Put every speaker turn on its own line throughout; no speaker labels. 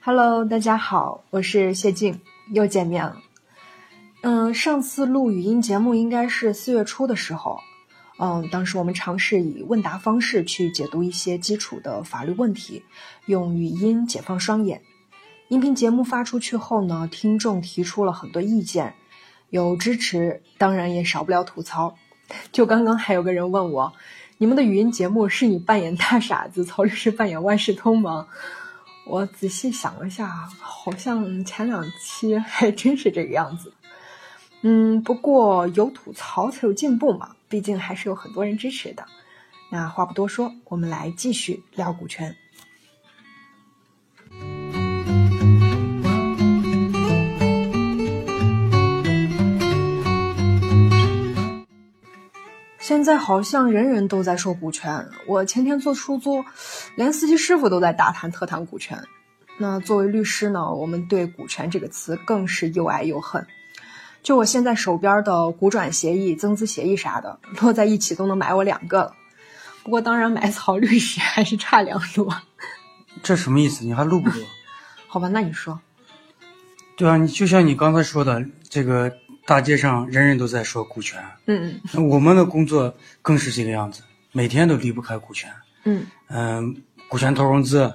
Hello，大家好，我是谢静，又见面了。嗯，上次录语音节目应该是四月初的时候，嗯，当时我们尝试以问答方式去解读一些基础的法律问题，用语音解放双眼。音频节目发出去后呢，听众提出了很多意见，有支持，当然也少不了吐槽。就刚刚还有个人问我，你们的语音节目是你扮演大傻子，曹律师扮演万事通吗？我仔细想了下，好像前两期还真是这个样子。嗯，不过有吐槽才有进步嘛，毕竟还是有很多人支持的。那话不多说，我们来继续聊股权。现在好像人人都在说股权。我前天坐出租，连司机师傅都在大谈特谈股权。那作为律师呢，我们对“股权”这个词更是又爱又恨。就我现在手边的股转协议、增资协议啥的，摞在一起都能买我两个了。不过，当然买曹律师还是差两摞。
这什么意思？你还录 不录？
好吧，那你说，
对啊，你就像你刚才说的，这个大街上人人都在说股权，
嗯
那我们的工作更是这个样子，每天都离不开股权。
嗯
嗯，股权投融资，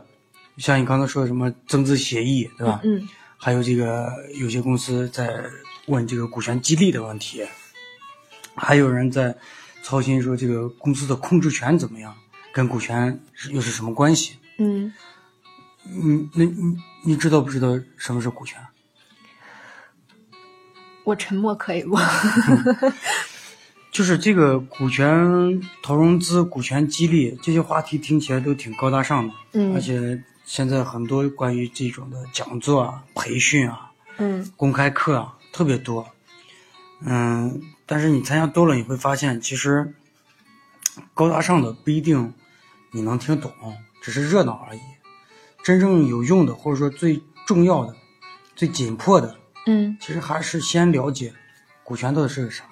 像你刚才说的什么增资协议，对吧？
嗯
还有这个有些公司在问这个股权激励的问题，还有人在操心说这个公司的控制权怎么样，跟股权是又是什么关系？
嗯，
嗯，那你你知道不知道什么是股权？
我沉默可以不？
就是这个股权投融资、股权激励这些话题听起来都挺高大上的，
嗯
而且现在很多关于这种的讲座啊、培训啊、
嗯
公开课啊特别多，嗯，但是你参加多了，你会发现其实高大上的不一定你能听懂，只是热闹而已。真正有用的，或者说最重要的、最紧迫的，
嗯
其实还是先了解股权到底是个啥，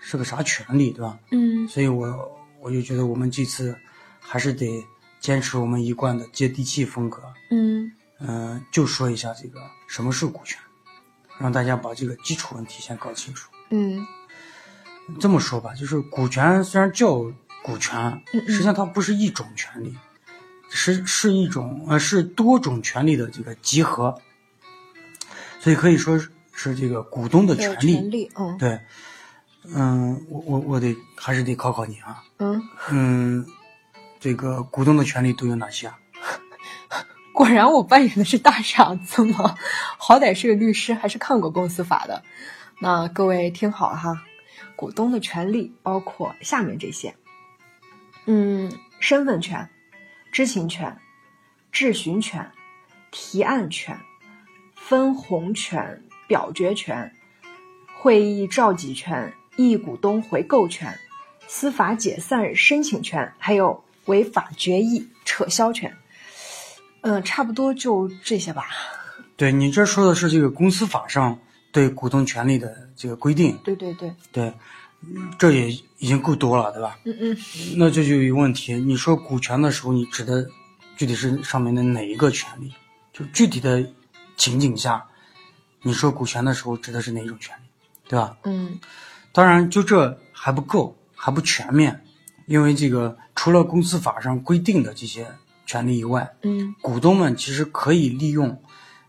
是个啥权利，对吧？
嗯
所以我我就觉得我们这次还是得坚持我们一贯的接地气风格，
嗯
嗯、就说一下这个什么是股权，让大家把这个基础问题先搞清楚。
嗯
这么说吧，就是股权虽然叫股权，
嗯
实际上它不是一种权利，是是一种呃是多种权利的这个集合，所以可以说是是这个股东的
有
权利。
权利，嗯
对，嗯，我我我得还是得考考你啊，
嗯，
嗯，这个股东的权利都有哪些啊？
果然我扮演的是大傻子吗？好歹是个律师，还是看过公司法的。那各位听好了哈，股东的权利包括下面这些：嗯，身份权、知情权、质询权、提案权、分红权、表决权、会议召集权、一股东回购权、司法解散申请权，还有违法决议撤销权。嗯，差不多就这些吧。
对你这说的是这个公司法上对股东权利的这个规定，
对对对，
对，嗯这也已经够多了，对吧？
嗯嗯，
那这就有一个问题，你说股权的时候，你指的具体是上面的哪一个权利？就具体的情景下，你说股权的时候指的是哪一种权利，对吧？
嗯
当然，就这还不够，还不全面，因为这个除了公司法上规定的这些权利以外，
嗯
股东们其实可以利用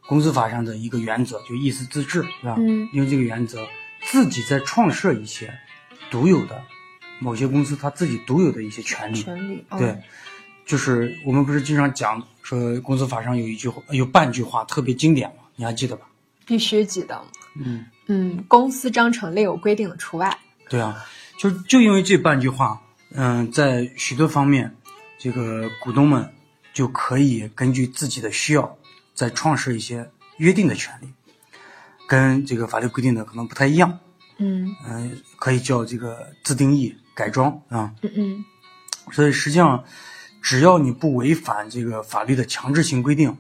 公司法上的一个原则，就意思自治，对吧？
嗯
利用这个原则，自己再创设一些独有的某些公司它自己独有的一些权利。
权利，嗯
对，就是我们不是经常讲说公司法上有一句话，有半句话特别经典嘛，你还记得吧？
必须记得。
嗯，
嗯，公司章程另有规定的除外。
对啊，就就因为这半句话，嗯、在许多方面，这个股东们就可以根据自己的需要，再创设一些约定的权利，跟这个法律规定的可能不太一样，
嗯
嗯、可以叫这个自定义改装啊、
嗯嗯
所以实际上，只要你不违反这个法律的强制性规定，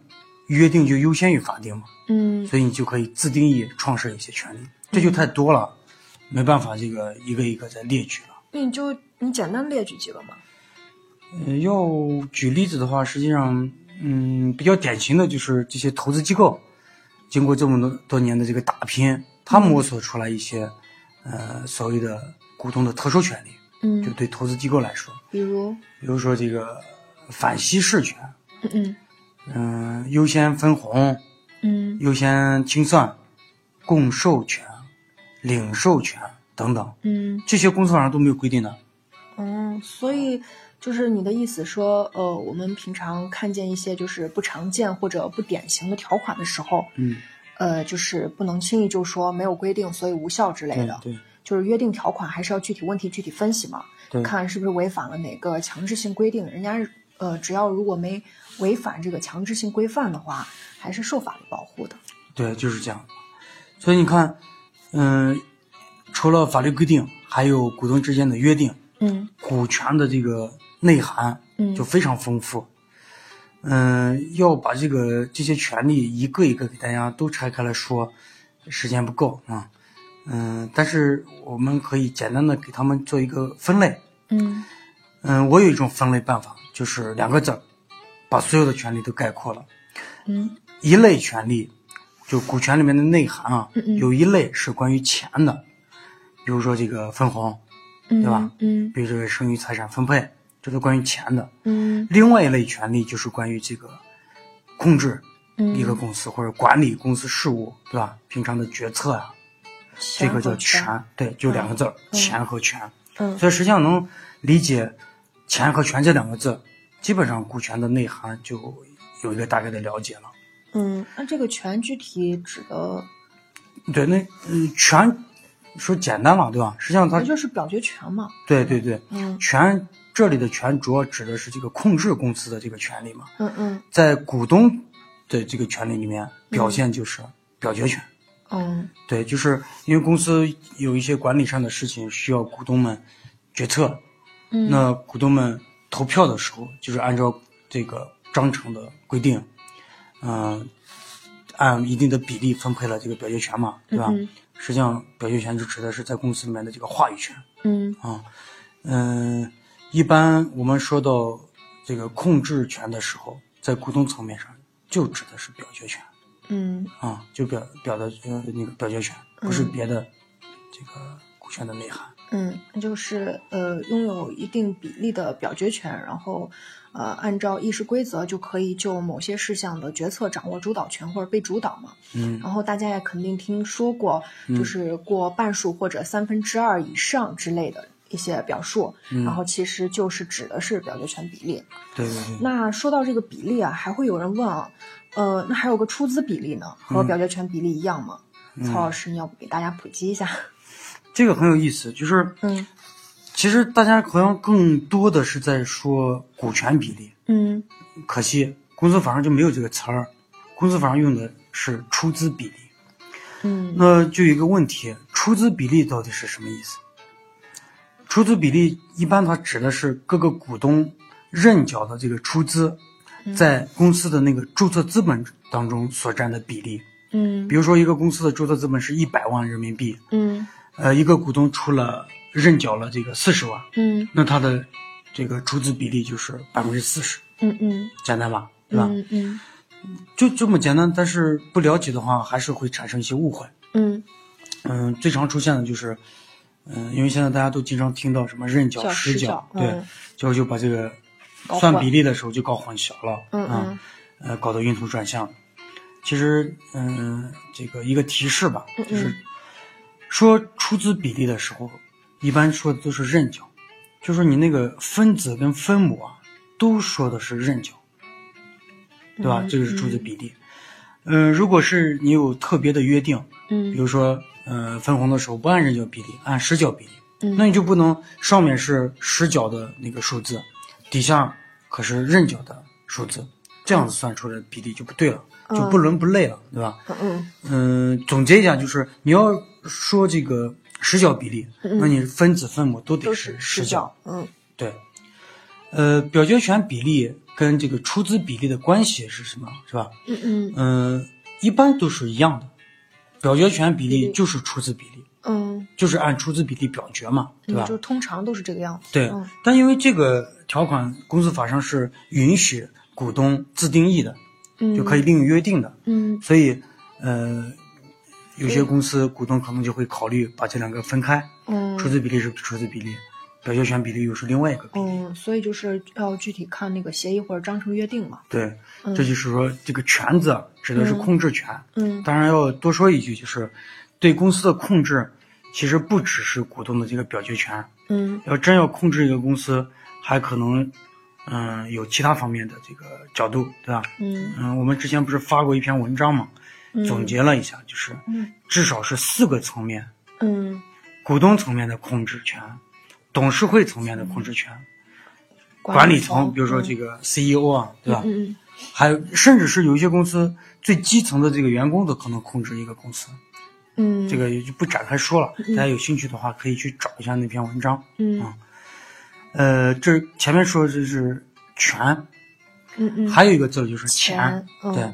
约定就优先于法定嘛。
嗯
所以你就可以自定义创设一些权利，这就太多了，没办法，这个一个一个再列举了。
那你就你简单列举几个嘛。
呃，要举例子的话，实际上，嗯，比较典型的就是这些投资机构，经过这么多多年的这个打拼，他摸索出来一些，呃，所谓的股东的特殊权利。就
嗯，
对投资机构来说，
比如，
比如说这个反稀释权，
嗯嗯
嗯、优先分红，
嗯
优先清算、共授权、领授权等等，
嗯
这些公司法上都没有规定的。
嗯，所以就是你的意思说，呃，我们平常看见一些就是不常见或者不典型的条款的时候，
嗯，
呃，就是不能轻易就说没有规定，所以无效之类
对
的。
对
就是约定条款还是要具体问题具体分析嘛，
对，
看是不是违反了哪个强制性规定。人家呃，只要如果没违反这个强制性规范的话，还是受法律保护的。
对，就是这样。所以你看，嗯、除了法律规定，还有股东之间的约定，
嗯
股权的这个内涵
嗯
就非常丰富。嗯、要把这个这些权利一个一个给大家都拆开来说，时间不够啊。嗯、但是我们可以简单的给他们做一个分类。
嗯
嗯、我有一种分类办法，就是两个字儿，把所有的权利都概括了。
嗯
一类权利，就股权里面的内涵啊，
嗯嗯
有一类是关于钱的，比如说这个分红，
嗯，
对吧？
嗯
比如这个剩余财产分配，这都关于钱的。
嗯
另外一类权利就是关于这个控制
嗯，
一个公司、或者管理公司事务，对吧？平常的决策啊，这个叫
权衡
权，对，就两个字儿，
嗯
钱和权。
嗯
所以实际上能理解“钱”和“权”这两个字，基本上股权的内涵就有一个大概的了解了。
嗯，那这个权具体指的
对，那嗯，权说简单了，对吧？实际上它
也就是表决权嘛。
对对对，
嗯
权这里的权主要指的是这个控制公司的这个权利嘛，
嗯嗯
在股东的这个权利里面表现就是表决权。
嗯
对，就是因为公司有一些管理上的事情需要股东们决策，
嗯
那股东们投票的时候，就是按照这个章程的规定，嗯、按一定的比例分配了这个表决权嘛，对吧？
嗯嗯
实际上，表决权就指的是在公司里面的这个话语权
嗯
啊。嗯、一般我们说到这个控制权的时候，在股东层面上就指的是表决权
嗯
啊，就表表的呃那个表决权，不是别的这个股权的内涵。
嗯，那就是呃拥有一定比例的表决权，然后呃按照议事规则就可以就某些事项的决策掌握主导权或者被主导嘛。
嗯
然后大家也肯定听说过，就是过半数或者三分之二以上之类的一些表述，
嗯
然后其实就是指的是表决权比例。
对对对。
那说到这个比例啊，还会有人问啊，呃，那还有个出资比例呢，
嗯
和表决权比例一样吗？曹老师，你要不给大家普及一下？
这个很有意思，就是
嗯
其实大家好像更多的是在说股权比例，
嗯
可惜公司法上就没有这个词儿，公司法上用的是出资比例。
嗯
那就有一个问题，出资比例到底是什么意思？出资比例一般它指的是各个股东认缴的这个出资，在公司的那个注册资本当中所占的比例。
嗯
比如说，一个公司的注册资本是一百万人民币，
嗯
呃，一个股东出了认缴了这个四十万，
嗯
那它的这个出资比例就是百分之四十，
嗯嗯
简单吧？对吧？
嗯嗯
就这么简单，但是不了解的话，还是会产生一些误会。
嗯，
嗯，最常出现的就是，嗯、因为现在大家都经常听到什么认缴、
叫
实
实
缴
缴，
对
嗯，
结果就把这个
搞
算
混
比例的时候就搞混淆了，
嗯
啊呃，搞得晕头转向。其实，嗯、这个一个提示吧，
嗯
就是说出资比例的时候，一般说的都是认缴，就说你那个分子跟分母啊，都说的是认缴，对吧？
嗯
这个是出资比例。嗯、如果是你有特别的约定，比
嗯
如说，呃，分红的时候不按认缴比例，按实缴比例，
嗯
那你就不能上面是实缴的那个数字，底下可是认缴的数字，这样子算出来的比例就不对了，
嗯
就不伦不类了，对吧？
嗯
嗯、总结一下就是，你要说这个实缴比例，
嗯
那你分子分母都
都
得
是
实
实
缴，
缴，嗯
对。呃，表决权比例跟这个出资比例的关系是什么？是吧？
嗯嗯
嗯、一般都是一样的，表决权比
比
例
例
就是出资比例。
嗯，
就是按出资比例表决嘛，对吧？
就是通常都是这个样子，
对
嗯，
但因为这个条款，公司法上是允许股东自定义的，就可以另约定的。
嗯
所以，呃，有些公司股东可能就会考虑把这两个分开，
嗯
出资比例是出资比例，表决权比例又是另外一个比例。
嗯，所以就是要具体看那个协议或者章程约定嘛。
对，
嗯
这就是说这个权字指的是控制权。
嗯
当然要多说一句，就是对公司的控制，其实不只是股东的这个表决权，
嗯
要真要控制一个公司，还可能，嗯、有其他方面的这个角度，对吧？
嗯
嗯，我们之前不是发过一篇文章嘛，总结了一下，就是
嗯
至少是四个层面：
嗯
股东层面的控制权，董事会层面的控制权，管
管
理层，比如说这
个
个 CEO 啊，对吧？
嗯
还有，甚至是有一些公司最基层的这个员工都可能控制一个公司，
嗯
这个也就不展开说了。大家有兴趣的话，可以去找一下那篇文章。
嗯
呃，这前面说的这是权，
嗯嗯
还有一个字就是
钱
钱。
嗯
对，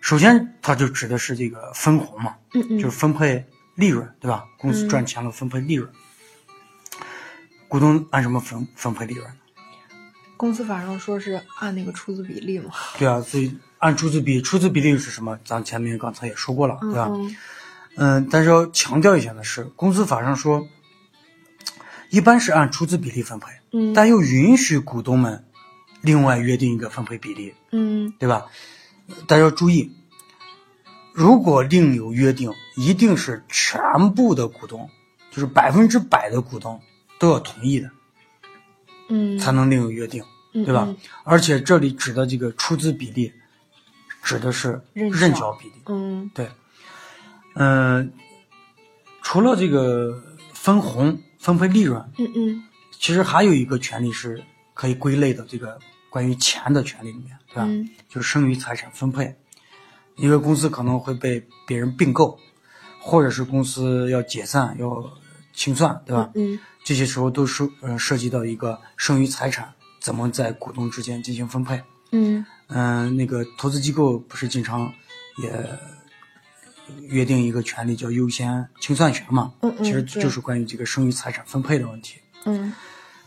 首先它就指的是这个分红嘛，
嗯嗯
就是分配利润，对吧？公司
嗯
赚钱了分配利润，股东按什么分分配利润？
公司法上说是按那个出资比例嘛。
对啊，所以按出资比，出资比例是什么？咱前面刚才也说过了，对吧？
嗯
嗯，但是要强调一下的是，公司法上说，一般是按出资比例分配，
嗯
但又允许股东们另外约定一个分配比例，
嗯
对吧？大家要注意，如果另有约定，一定是全部的股东，就是百分之百的股东都要同意的，
嗯
才能另有约定，
嗯
对吧？
嗯
而且这里指的这个出资比例，指的是
认缴
认缴比例，
嗯
对，嗯、除了这个分红、分配利润，
嗯嗯
其实还有一个权利是可以归类的，这个关于钱的权利里面，对吧？
嗯
就是剩余财产分配，一个公司可能会被别人并购，或者是公司要解散、要清算，对吧？
嗯
这些时候都是呃涉及到一个剩余财产怎么在股东之间进行分配。
嗯
嗯、那个投资机构不是经常也约定一个权利叫优先清算权嘛？
嗯嗯
其实
对
就是关于这个剩余财产分配的问题。
嗯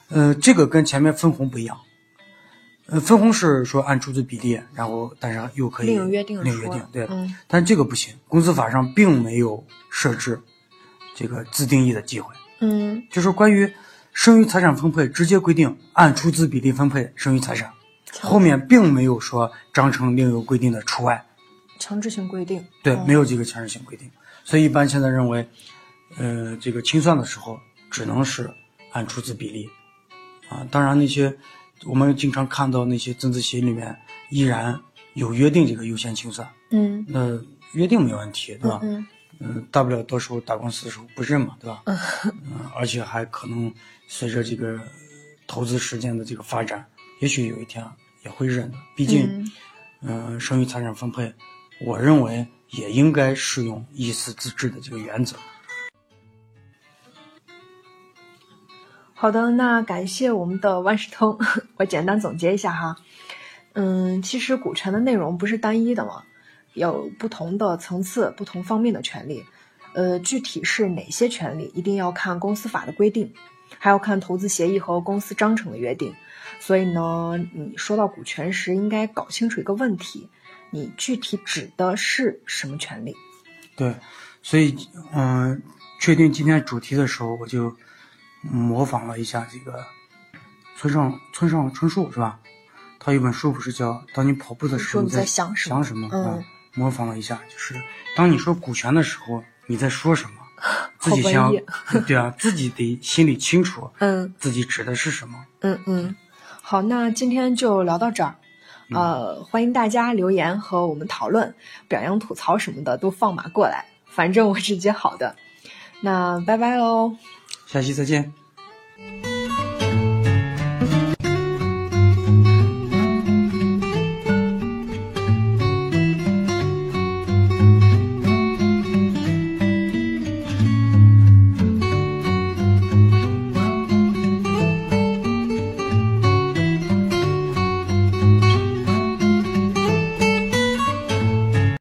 呃，这个跟前面分红不一样。呃，分红是说按出资比例，然后但是又可以
另有约定
另有约
说
定，对。
嗯
但这个不行，公司法上并没有设置这个自定义的机会，
嗯
就是关于剩余财产分配直接规定按出资比例分配剩余财产，后面并没有说章程另有规定的除外。
强制性规定。
对，
嗯
没有这个强制性规定，所以一般现在认为，呃，这个清算的时候只能是按出资比例，啊，当然那些我们经常看到那些增资协议里面依然有约定这个优先清算，
嗯
那、约定没问题，对吧？
嗯
嗯，大不了到时候打官司的时候不认嘛，对吧？嗯，而且还可能随着这个投资实践的这个发展，也许有一天啊也会认的。毕竟，嗯、剩余财产分配，我认为也应该适用意思自治的这个原则。
好的，那感谢我们的万事通， 我简单总结一下哈。嗯，其实股权的内容不是单一的嘛，有不同的层次、不同方面的权利。呃，具体是哪些权利，一定要看公司法的规定，还要看投资协议和公司章程的约定。所以呢，你说到股权时，应该搞清楚一个问题：你具体指的是什么权利？
对，所以，嗯、确定今天主题的时候，我就模仿了一下这个村上村上春树是吧？他有本书不是叫《当你跑步的时候
你说你在想
想
什么
什么》
嗯
啊模仿了一下，就是当你说股权的时候，你在说什么？自己
文
先要
艺
对啊，自己得心里清楚
嗯，
自己指的是什么。
嗯嗯，好，那今天就聊到这儿。呃，欢迎大家留言和我们讨论，表扬、吐槽什么的都放马过来，反正我是接好的。那拜拜喽。
下期再见。